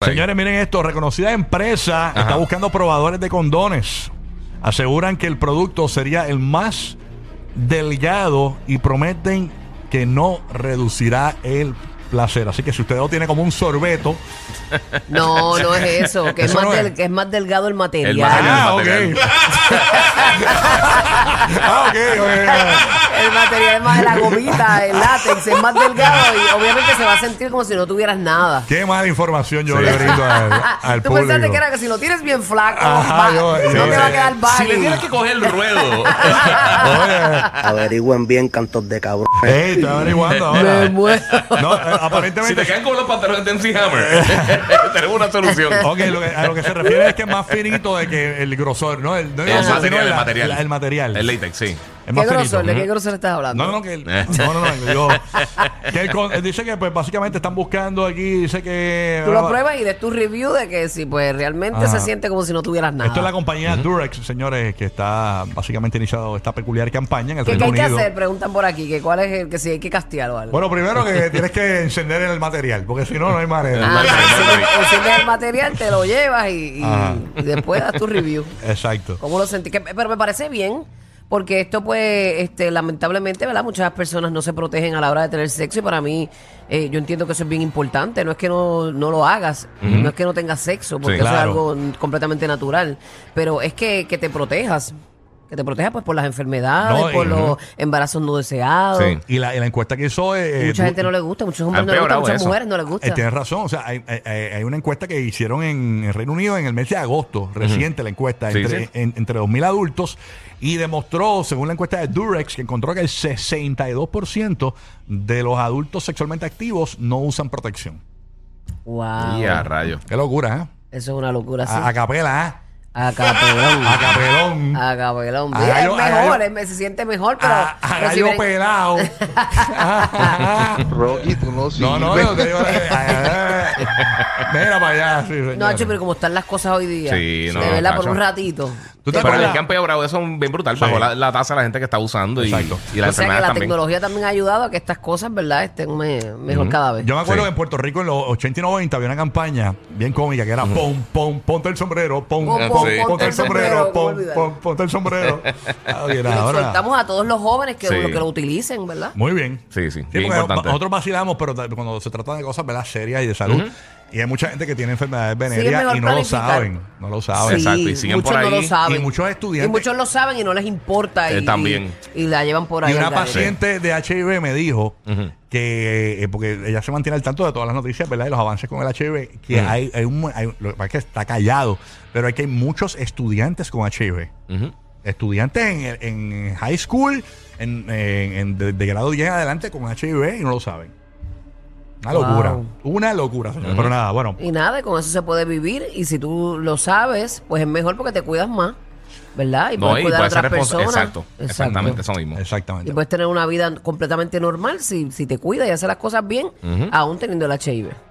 Señores, miren esto. Reconocida empresa Ajá. está buscando probadores de condones. Aseguran que el producto sería el más delgado y prometen que no reducirá el placer. Así que si usted lo tiene como un sorbeto. No, no es eso. Que es, Eso más no es. del- que es más delgado el material. El material. Ah, ok. material. ah, ok, ok. El material es más de la gomita, el látex, es más delgado y obviamente se va a sentir como si no tuvieras nada. Qué mala información yo Sí. le brindo al, al Tú público. pensaste que era que si lo tienes bien flaco, Ajá, va- yo- no sí, te va a sí. quedar Si le baggy. tienes que coger el ruedo. Oye, Averigüen bien, cantos de cabrón. ey, está averiguando ahora. Me muero. No, eh, aparentemente. si te quedan con los pantalones de MC Hammer, tenemos una solución. Ok, lo que- a lo que se refiere es que es más finito de que el grosor, ¿no? El, no El, el grosor, sino material, el la- material. la- el material. El latex, sí. Es ¿Qué más grosor? ¿De finito. qué grosor estás hablando? No, no, que el- Eh. no, no, no, yo- que el con- dice que pues básicamente están buscando aquí, dice que ah, Tú lo pruebas y des tu review de que si pues realmente Ajá. se siente como si no tuvieras nada. Ah. Esto es la compañía Durex, señores, que está básicamente iniciado esta peculiar campaña en el ¿Qué, qué Reino hay que Unido. hacer? Preguntan por aquí, que cuál es el que si hay que castear o algo. Bueno, primero que tienes que encender el material, porque si no, no hay manera. Ah, Vale, vale. enciendes- enciendes el material, te lo llevas y, y- Ajá. y después das tu review. Exacto. ¿Cómo lo sentí? Que- pero me parece bien, porque esto, pues, este, lamentablemente, ¿verdad? Muchas personas no se protegen a la hora de tener sexo y para mí, eh, yo entiendo que eso es bien importante. No es que no, no lo hagas, no es que no tengas sexo, porque Sí, eso es claro. algo mm, completamente natural, pero es que, que te protejas. Que te protejas, pues, por las enfermedades, No, y- por los embarazos no deseados. Sí. Y la, y la encuesta que hizo. eh, Mucha Du- gente no le gusta, muchos hombres Han no le gustan, empeorado muchas eso. mujeres no les Eh, gusta. tienes razón, o sea, hay, hay- hay una encuesta que hicieron en el Reino Unido en el mes de agosto, reciente la encuesta, Sí, entre, sí. en- entre 2.000 adultos, y demostró, según la encuesta de Durex, que encontró que el 62% de los adultos sexualmente activos no usan protección. Wow. Y a rayo. Qué locura, ¿eh? Eso es una locura, sí. A, a capela, ¿eh? A capelón. A capelón. A capelón. A Mira, gallo- es a mejor, gallo- es- se siente mejor, Ah, pero. Ah, A, a pero si gallo ven- pelado. Rocky, tú no no, no, sirves. yo te digo, eh, eh, eh, mira para allá. sí, No, señores. Hacho, pero como están las cosas hoy día. Sí, no, de verdad, por Hacho. un ratito. ¿Tú te Pero acuerdas? el que han empeorado eso es bien brutal. Sí. Bajó la, la tasa de la gente que está usando y, Exacto. o sea y las que la enfermedades también. tecnología también ha ayudado a que estas cosas, ¿verdad?, estén me- mejor cada vez. Yo me acuerdo Sí. que en Puerto Rico en los 80 y 90 había una campaña bien cómica que era pon, pon, ponte el sombrero, pon, Pon, pon, pon, ponte el sombrero, ¿cómo pon, olvidar? pon, ponte el sombrero. Ah, bien, Y le ahora- exhortamos a todos los jóvenes que, Sí. lo, que lo utilicen, ¿verdad? Muy bien. Sí, sí, porque bien importante. Nosotros vacilamos, pero ta- cuando se trata de cosas ¿verdad? serias y de salud. Y hay mucha gente que tiene enfermedades venéreas mejor y no lo planificar. saben. No lo saben. Sí. Ah, exacto, y siguen muchos por no ahí, lo saben. y muchos estudiantes- Y muchos lo saben y no les importa. Eh, y, también. Y, la llevan por ahí. Y una al garete. paciente de HIV me dijo Ujú. que, eh, porque ella se mantiene al tanto de todas las noticias, ¿verdad? De los avances con el HIV, que Ujú. hay, hay un. hay- lo que pasa es que está callado, pero hay que hay muchos estudiantes con HIV. Ujú. Estudiantes en, el- en high school, en, en- en- de, de grado 10 en adelante con HIV y no lo saben. Una Wow. locura. Una locura, señor. Pero nada, bueno. Y nada, con eso se puede vivir. Y si tú lo sabes, pues es mejor porque te cuidas más, ¿verdad? Y No, puedes y cuidar a puede ser otras responsable. personas. Exacto, Exacto. Exactamente, eso mismo. Exactamente. Y puedes tener una vida completamente normal si, si te cuidas y haces las cosas bien, aún teniendo el HIV.